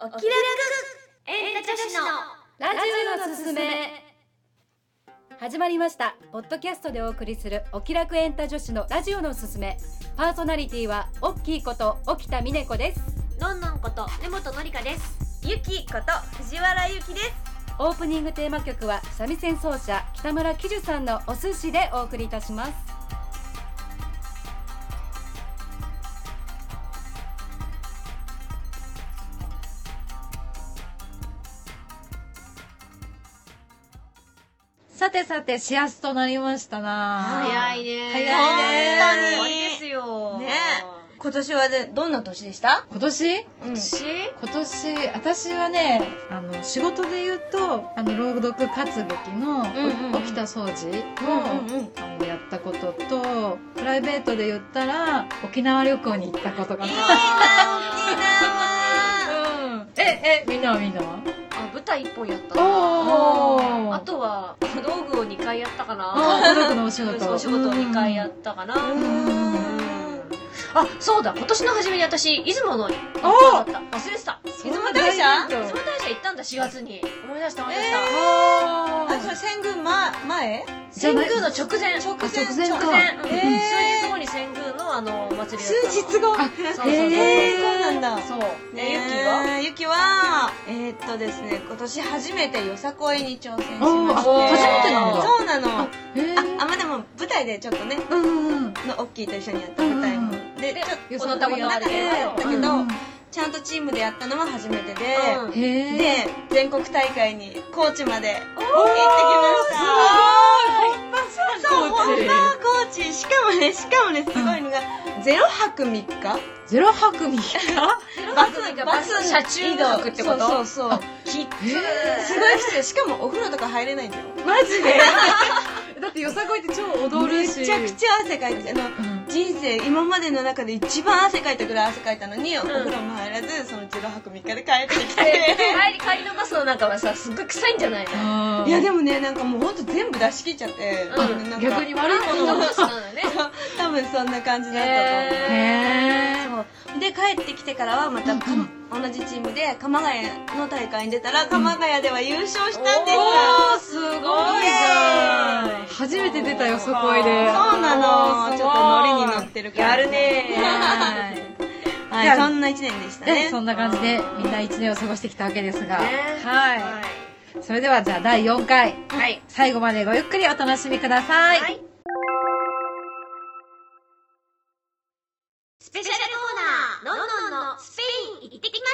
おきらくエンタ女子のラジオのすすめ始まりましたポッドキャストでお送りするお気楽エンタ女子のラジオのすすめパーソナリティはおっきいこと沖田美音子ですのんのんこと根本のりかですゆきこと藤原ゆきです。オープニングテーマ曲は三味線奏者北村喜寿さんのお寿司でお送りいたしますさてさて、始発となりましたな早いね早本い当にね終わりですよね今年はで、どんな年でした今年うん。今年、私はね、あの、仕事で言うと、あの、朗読活劇の、んうん起きた掃除うんを、うんうん。あの、やったことと、プライベートで言ったら、沖縄旅行に行ったことかいいな。な、うん。え、え、みんなはみんなはあ舞台一本やったおーあとは小道具を二回やったか なあー、家族のお仕 事。お仕事を二回やったかな沖うん縄あそうだ今年の初めに私出雲の行ったんだった忘れてたそ出う雲大社出雲大社行ったんだ4月に思い出した思い出しああ、それ仙宮前前た仙宮の直前直あ前直前直か前、うんへー数日後に仙宮のあのお祭りだった数日そ後。うそうそう、えー、そうなんだ。そうねねゆきはゆきは、えーっとですね、今年初めてよさこいに挑戦しまあして。ーあ初めてなんだそうなの。あ、ー、へーあ、まあでも舞台でちょっとね、うんうんうん。のオッキーと一緒にやった舞台もうんう。で、ちでょっよこさこのいたまのとああれれだでやよったけうんどうん、ちゃんとチームでやったのは初めてで、うんへえ。で、全国大会に高知まで行ってきました。すそう、高知本当は高知。しかもね、しかもね、すごいのが、0泊3日ゼロ泊三日バスバス、バスの車中泊ってことそうそうそう。きえすごい必要。しかもお風呂とか入れないんだよ。マジで だってよさこいって超踊るしめちゃくちゃ汗かいて、あの、うん人生今までの中で一番汗かいたぐらい汗かいたのに、おん風呂も入らず、その0泊3日で帰ってきえ て。帰り帰りのバスの中はさすっごい臭いんじゃないのあーいやでもね、なんかもうほんと全部出し切っちゃって、うんなんか逆に悪いこもののバスなのね 多分そんな感じだったと思う。へへーで帰ってきてからはまたか同じチームで鎌ヶ谷の大会に出たら鎌ヶ谷では優勝したんです、おーすごいじゃイエーんイ初めて出たよそこいでそうなおーのすちごいょっとノリに乗ってるかやらるねはいじゃはあいそんな一年でしたでねそんな感じでみんな一年を過ごしてきたわけですが、ねはい、それではじゃあ第4回はい最後までごゆっくりお楽しみください、はいスペシャルコーナーのんのんのスペイン行ってきまし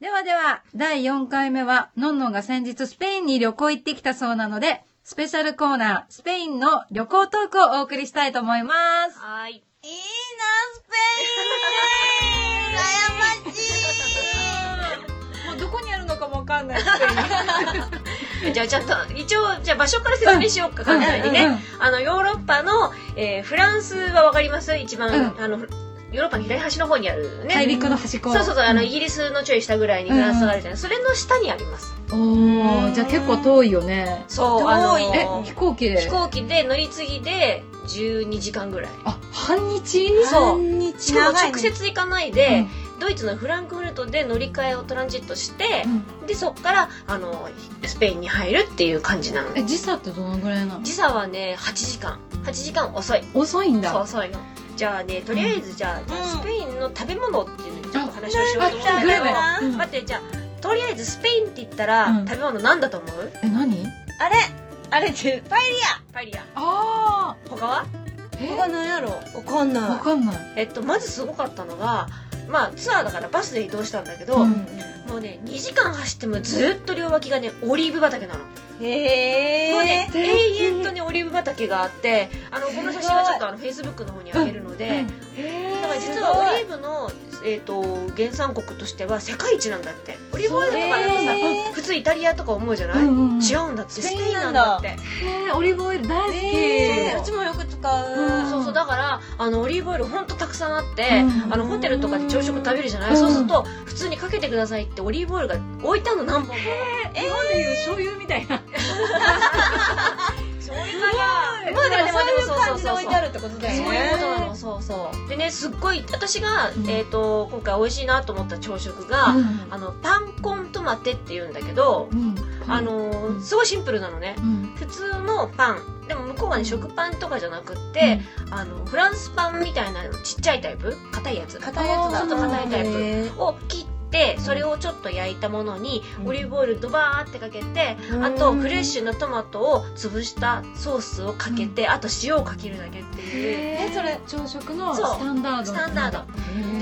たではでは、第4回目は、のんのんが先日スペインに旅行行ってきたそうなので、スペシャルコーナー、スペインの旅行トークをお送りしたいと思います。はい。いいなスペイン羨ましいもうどこにあるのかもわかんない。じゃあちょっと、一応、じゃあ場所から説明しようか、簡単にね。あの、ヨーロッパの、えーフランスはわかります一番、うあの、ヨーロッパの左端の方にあるね。 大陸の端っこ。そうそうそう、あの、イギリスのちょい下ぐらいにフランスがあるじゃない。それの下にあります。おー、じゃあ結構遠いよね。そう、遠いあの、えおー、飛行機で飛行機で乗り継ぎで12時間ぐらい。あ、半日そう半し日かも長直いね接行かないで、ドイツのフランクフルトで乗り換えをトランジットしてう、んで、そっから、あの、スペインに入るっていう感じなのえ、。時差ってどのぐらいなの時差はね、8時間。8時間遅い。遅いんだ。そう遅いの。じゃあね、とりあえずじゃあ、うんスペインの食べ物っていうのにちょっと話をしようあと思うんあだグけルど、メだうん待って、じゃあ、とりあえずスペインって言ったら、うん食べ物なんだと思うえ、何あれあれってパエリパエリア。あ他はー。えア他なんやろわかんわなかんない。えっと、まずすごかったのが、まあ、ツアーだからバスで移動したんだけど、ういんもうね、2時間走ってもずっと両脇がね、オリーブ畑なの。へもうえね、永遠とね、オリーブ畑があって、あの、この写真はちょっとあの、Facebook の方にあげるので、だから実はオリーブの、えー、と原産国としては世界一なんだってオリーブオイルとかだとさ、へー普通イタリアとか思うじゃない、うんうんうん違うんだってススペペイインンなんだってえー、オリーブオイル大好き。えー、そううちもよく使う、うんそうそうだからあのオリーブオイルほんとたくさんあって、うんあのホテルとかで朝食食べるじゃない、うんそうすると普通にかけてくださいってオリーブオイルが置いてあるの何本も日本でいう醤油みたいな。醤油かなまあそうでもでもでもそういう感じで置いてあるってことだそうよいうことね。なのそうそうでねすっごい私が、うんえー、と今回美味しいなと思った朝食が、うんあのパンコントマテっていうんだけど、うんあ、のーうんすごいシンプルなのねうん普通のパンでも向こうはね食パンとかじゃなくって、、あのフランスパンみたいなちっちゃいタイプ硬いやつ硬いやつだちょっと硬いタイプへーを切ってそれをちょっと焼いたものにうんオリーブオイルドバーってかけて、うんあとフレッシュなトマトを潰したソースをかけて、あと塩をかけるだけっていう。えそれ朝食のスそうタンダードスタンダードへ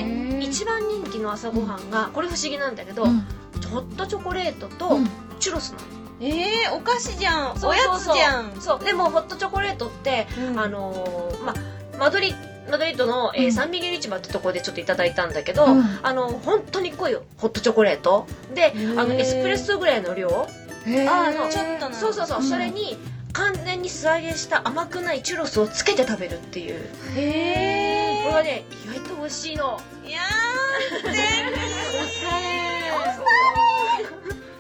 ー一番人気の朝ごはんがこれ不思議なんだけど、うんホットチョコレートとうんチュロスなの、えーお菓子じゃんそおうやそうつそうじゃんそうでもホットチョコレートって、うんあのーまあマドリマドリードの、えーうんサンミゲル市場ってとこでちょっといただいたんだけど、うんあの本当に濃いよホットチョコレートでーあのエスプレッソぐらいの量へーあのちょっとなそうそうそう、うんそれに完全に素揚げした甘くないチュロスをつけて食べるっていうへこれはね意外と美味しいのいやーぜ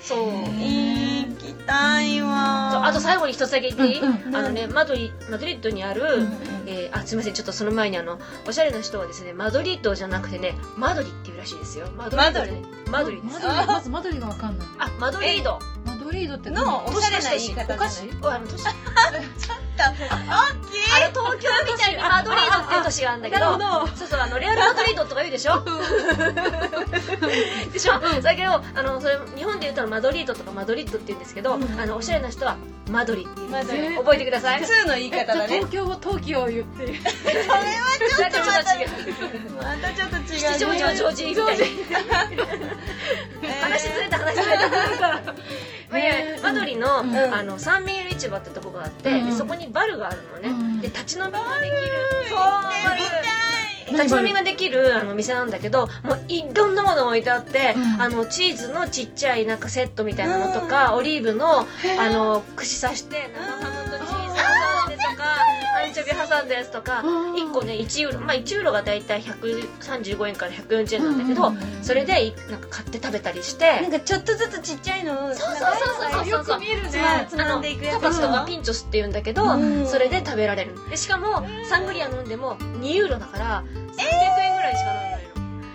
そうへひ行きたいわそうあと最後に一つだけ言っていい、うんうんあのねマドリマドリッドにある、えーあすいませんちょっとその前にあのおしゃれな人はですねマドリッドじゃなくてねマドリっていうらしいですよマドリッドじゃないマドリでマすドリードまずマドリードがわかんないあマドリードマドリードって何のおしゃれな言い方お菓子おあの都市あの東京みたいにマドリードっていう都市があるんだけどそうそうあのレアル・マドリードとか言うでしょでしょ、だけどあのそれ日本で言うとマドリードとかマドリッドって言うんですけど、あのおしゃれな人はマドリっていうんですよマドリ覚えてください2の言いえじ方ゃあだね東京を東京を言っ てるちょっとまた違うまたちょっと違う吉祥寺は常人みたいな話ずれた話ずれたまあいやマドリの,、うんあのサンミール市場ってとこがあって、うんでそこにバルがあるのね、うんで立ち飲みができるそうみたい立ち飲みができるあの店なんだけどもういろんなもの置いてあって、うんあのチーズのちっちゃいなんかセットみたいなのとか、オリーブのあの串刺して生ハムとチーズ挟んでとかアンチョビ挟んだやつとかうん1個ね1ユーロまあ1ユーロが大体135円から140円なんだけど、うんそれでいなんか買って食べたりしてなんかちょっとずつちっちゃいのそをうそうそうそうそうそうるつまつまんでいくやタつパスとかピンチョスって言うんだけど、うんそれで食べられるでしかもサングリア飲んでも2ユーロだから300円ぐらいしかならないの、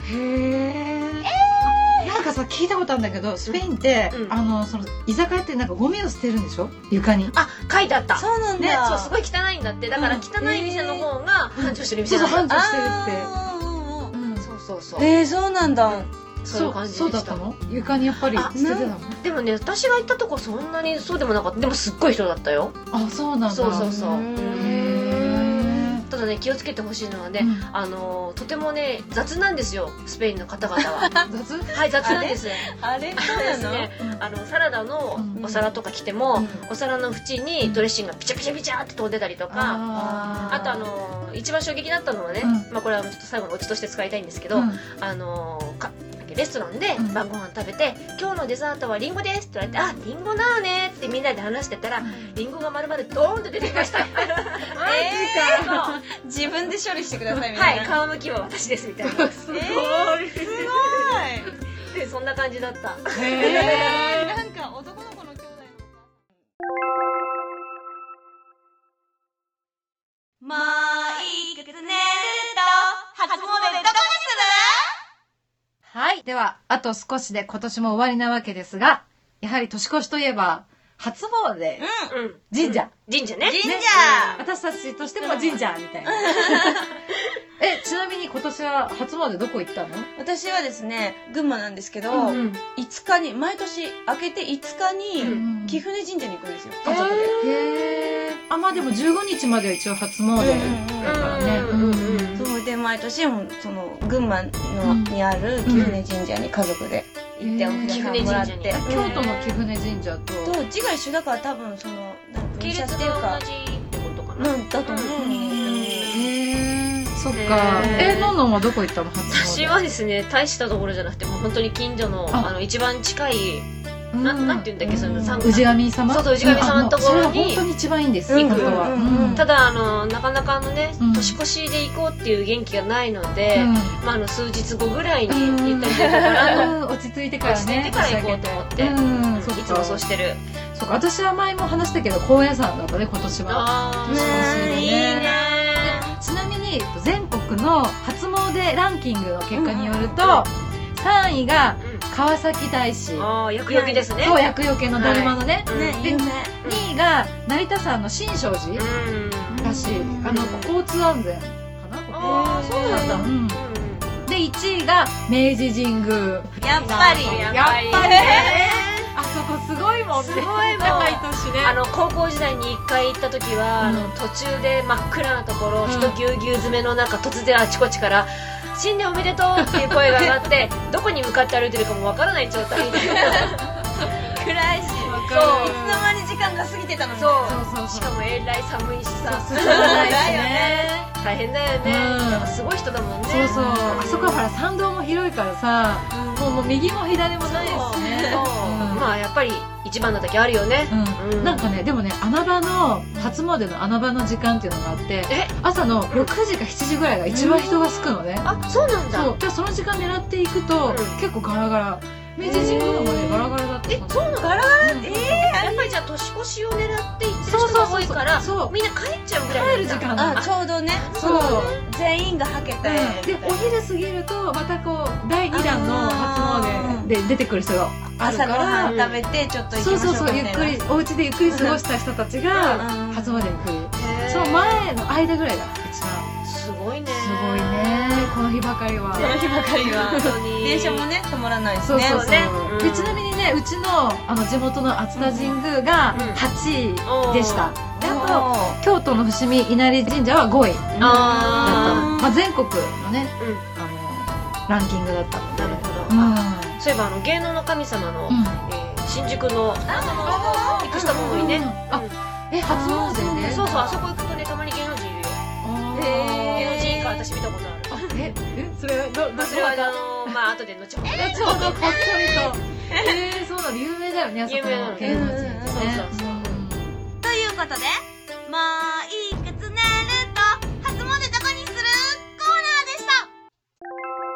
へーなんかさ聞いたことあるんだけどスペインって、うんあのその居酒屋ってなんかゴミを捨てるんでしょ床にあ書いてあったそうなんねだ、そうすごい汚いんだってだからうん汚い店の方が繁盛してるそ店うそなうん繁だ、盛してるってあーうんうんうんうんそうそうそうえー、そうなんだそういう感じでそしうだたったの床にやっぱり捨ててたのでもね私が行ったとこそんなにそうでもなかったでもすっごい人だったよあそうなんだそうそうそううんへただね気をつけてほしいのはね、ーうんあのーとてもね雑なんですよスペインの方々は雑はい雑なんですあれあそうのでなすの、ねあのサラダのうんお皿とか来ても、うんお皿の縁にドレッシングがピチャピチャピチャって飛んでたりとかああーとあのー一番衝撃だったのはね、うまあ、これはちょっと最後のオチとして使いたいんですけど、うんあのーかレストランでうん晩ご飯食べて、今日のデザートはリンゴですって言われて、あ、リンゴなーねーってみんなで話してたら、リンゴが丸々ドーンと出てきました。 えーそう自分で処理してくださいみたいな、はい、皮むきは私ですみたいな。すごい。すごいで、そんな感じだった。へーなんか男の子の兄弟のまあいいくつねると初詣どこはい。では、あと少しで今年も終わりなわけですが、やはり年越しといえば、初詣、にうん。神社。神社ね。する神社、私たちとしても神社みたい な。え、ちなみに今年は初詣どこ行ったの私はですね群馬なんですけど、うんうん。 5日に毎年明けて5日うにん貴船神社に行くんですよ家族で、へーあ、まあでも15日までは一応初詣だからね。うんうんうんそうで毎年もうその群馬の、うんにある貴船神社に家族で行ってうおん札さんもらって、貴船神社京都の貴船神社と、と字が一緒だから多分そのなんか系分列社っていうがか同じってことかな。なんだと思うんですけどへーそっか。へーえ、のんのんはどこ行ったの初詣。私はですね、大したところじゃなくて、もう本当に近所の、ああの、一番近いうんなんなんて言うんだっけそのサンゴ氏神様そうそう氏神様のところにうんあもうそれは本当に一番いいんです行く本当はうんうんうんただあのなかなかあのねうん年越しで行こうっていう元気がないので、うんまあ、あの数日後ぐらいにうん行ったりとかからうん落ち着いてから落ち着いねてから行こうと思って、うんいつもそうしてるそっか私は前も話したけど高野山だったね今年はあ年あ越しでねいいねちなみに全国の初詣ランキングの結果によると、うん3位が川崎大師うん、ああ厄除けですね、そう厄除けのだるまのね、うんねで有名2位が成田山の新勝寺うんらしい、うんあの交通安全かなこああそうなんだ、こ、ううんん、で1位が明治神宮やっぱりやっやっぱぱりりねねあそこすごいもんねすごいん毎年ねあの高校時代に1回行った時は、あうの途中で真っ暗なところ、うん人ぎゅうぎゅう詰めの中突然あちこちから「新年おめでとう!」っていう声が上がってどこに向かって歩いてるかもわからない状態でそうわか暗いしいつるの間に時間が過ぎてたのにそうそうそうそうしかもえらい寒いしさそうだよね大変だよね、うんなんかすごい人だもんねそうそうあそこはほら参道も広いからさもうもう右も左もないですねそううんまあやっぱり一番の時あるよね、うんうんなんかねでもね穴場の初詣の穴場の時間っていうのがあってえ朝の6時か7時ぐらいが一番人が少のねあそうなんだそうでその時間狙っていくんと結構ガラガラ明治神宮とかもねガラガラだったえそうなのガラうんやっぱりじゃあ年越しを狙って行ってる人が多いからそうそうそうそうみんな帰っちゃうぐらい帰る時間ああちょうどねそう全員がはけてでお昼過ぎるとまたこう第2弾のあ初ー詣で出てくる人があるか朝ごはらん食べてちょっと行きそうましょそううそうかみゆたっいくなりお家でゆっくり過ごした人たちがうん初詣に来るへーその前の間ぐらいが一番すごいねすごいねこの日ばかりはこの日ばかりは本当に電車もね止まらないしねそうそうそう、ねうんでちなみにねうちのあの地元の熱田神宮がうん8位でした、であおーと京都の伏見稲荷神社は5位だった、あまあ、全国のね、うんあのランキングだったのあでなるほど、うんそういえばあの芸能の神様の、うんえー新宿のあの行くしたものにね、うんあえ初詣でねそうそうあそこ行くとねたまに芸能人いるよあー芸能え人か私見たことあるえそれどどまあそれはあのまあ後で後ほどえちょうどかっこい いとえー、そうなの有名だよねあそこ有名なのの芸能人ねそうそうそうということでもういくつねると初詣どこにするコーナーでした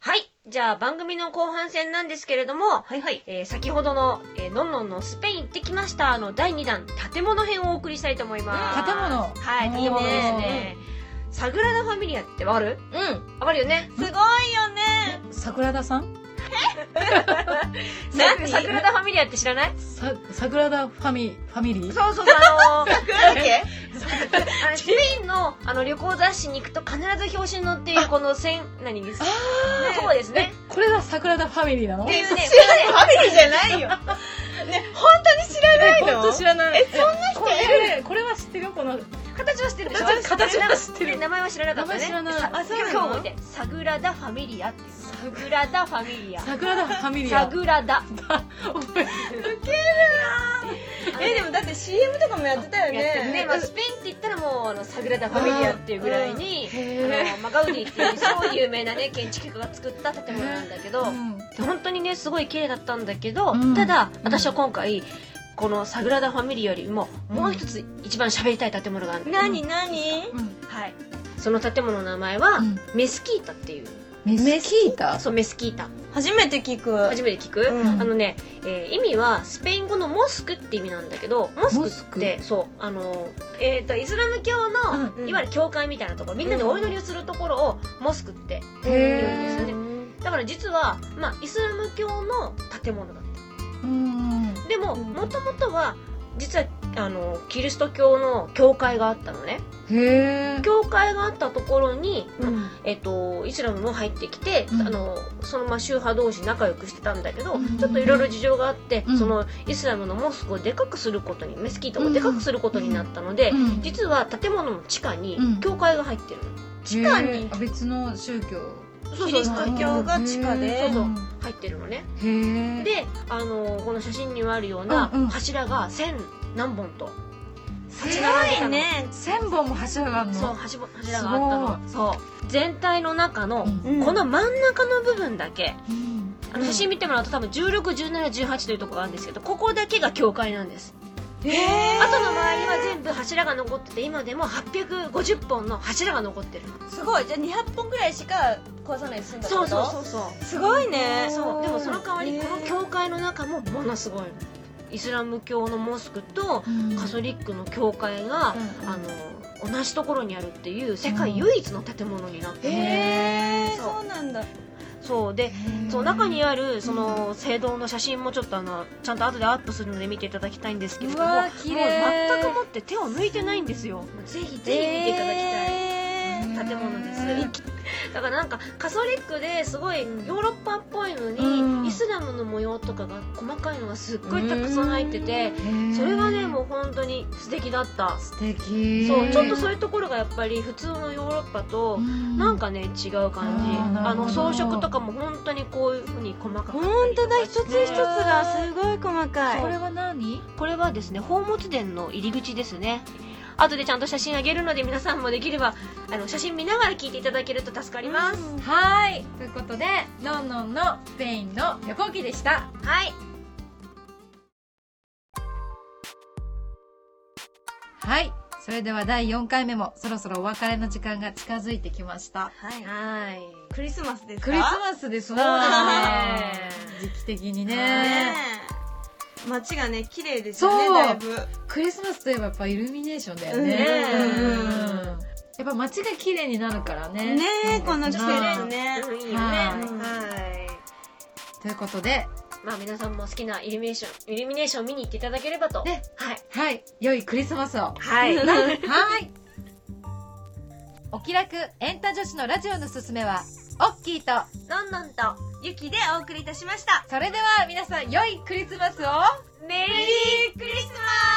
はい。じゃあ番組の後半戦なんですけれども、はいはい。えー先ほどの、えー、のんのんのスペイン行ってきましたの第2弾、建物編をお送りしたいと思います。建物はい、建物ですね。サグラダ・ファミリアってわかるうんわかるよねすごいよね桜田さんサ何サグラダ・ファミリアって知らないさ桜田ファミファミリーそうそう、 あのーなんだっけあの、スペインのあの旅行雑誌に行くと必ず表紙に載っているこの線、何ですかそうですね。これが桜田ファミリーなのっていうね、 ファミリーじゃないよ。ね、本当に知らないの。本当知らないえそんな人これこれは知ってるこの形は知ってるでしょ形形は知ってる名前は知らなかったね名前知らないあそう今日もってサグラダ・ファミリアってサグラダ・ファミリア桜田ファミリーサグラダ え、でもだって CM とかもやってたよやってるね。ね、まあ、スペインって言ったらもうあのサグラダ・ファミリアっていうぐらいにへあのまあガウディっていうすごい有名なね建築家が作った建物なんだけど本当にねすごい綺麗だったんだけど、うんただ私は今回このサグラダ・ファミリアよりももう一つ一番喋りたい建物があるの、なになに。はい、その建物の名前は、うんメスキータっていうメスキータそうメスキータ初めて聞く。初めて聞く、うんあのね、えー意味はスペイン語のモスクって意味なんだけどモモススクっクてそうあのー、えー、とイスラム教の、うんうんいわゆる教会みたいなところみんなでお祈りをするところをモスクってへ言うんですよえねだから実は、まあ、イスラム教の建物だっうんたでもうんもともとは実はあのキリスト教の教会があったのねへえ教会があったところに、うんえっとイスラムも入ってきて、うんあのそのまあ宗派同士仲良くしてたんだけど、うんちょっといろいろ事情があって、うんそのイスラムのモスクをでかくすることにメスキートをでかくすることになったので、うん実は建物の地下にうん教会が入ってるの、地下に別の宗教そうキそリうスト教が地下へでーそう入ってるのねへえであのこの写真にはあるようなうんうん柱が千何本とす柱があっごたいのね。 1000本も柱があるのそう柱柱があったのそう全体の中のうんこの真ん中の部分だけうんあの写真見てもらうと多分161718というところがあるんですけどここだけが教会なんですえあとの周りは全部柱が残ってて今でも850本の柱が残ってるすごいじゃあ200本ぐらいしか壊さないで済んだってそこうとそうそうそうすごいねそうでもその代わりへこーの教会の中もものすごいのイスラム教のモスクとカソリックの教会が、うんあの同じところにあるっていう世界唯一の建物になってる、へえそうそうなんだそうでそう中にあるその聖堂の写真もちょっとあのちゃんと後でアップするので見ていただきたいんですけれどもうもわうー綺全麗くもって手を抜いてないんですよぜひぜひ見ていただきたい、えうん建物です、だからなんかカソリックですごいヨーロッパっぽいのに、うんイスラムの模様とかが細かいのがすっごいたくさん入ってて、へーそれはねもう本当に素敵だった、素敵そうちょっとそういうところがやっぱり普通のヨーロッパとなんかね違う感じ、あーなるほどあの装飾とかも本当にこういうふうに細かく本当だ一つ一つがすごい細かいこれは何これはですね宝物殿の入り口ですね後でちゃんと写真あげるので皆さんもできればあの写真見ながら聞いていただけると助かります、はいということでのんのんのスペインの旅行記でしたはいはいそれでは第4回目もそろそろお別れの時間が近づいてきましたはいはいクリスマスですかクリスマスですうわだね時期的にねねえ街がね綺麗ですよねそうだいぶクリスマスといえばやっぱイルミネーションだよねうんうんやっぱ街が綺麗になるからねねえこの季節ねねうんいいよねはいはいということでまあ皆さんも好きなイルミネーションイルミネーション見に行っていただければとねはいはい良いクリスマスをはう んはい。お気楽エンタ女子のラジオのすすめは、オッキーと、どんどんとゆきでお送りいたしましたそれでは皆さん良いクリスマスをメリーメリークリスマス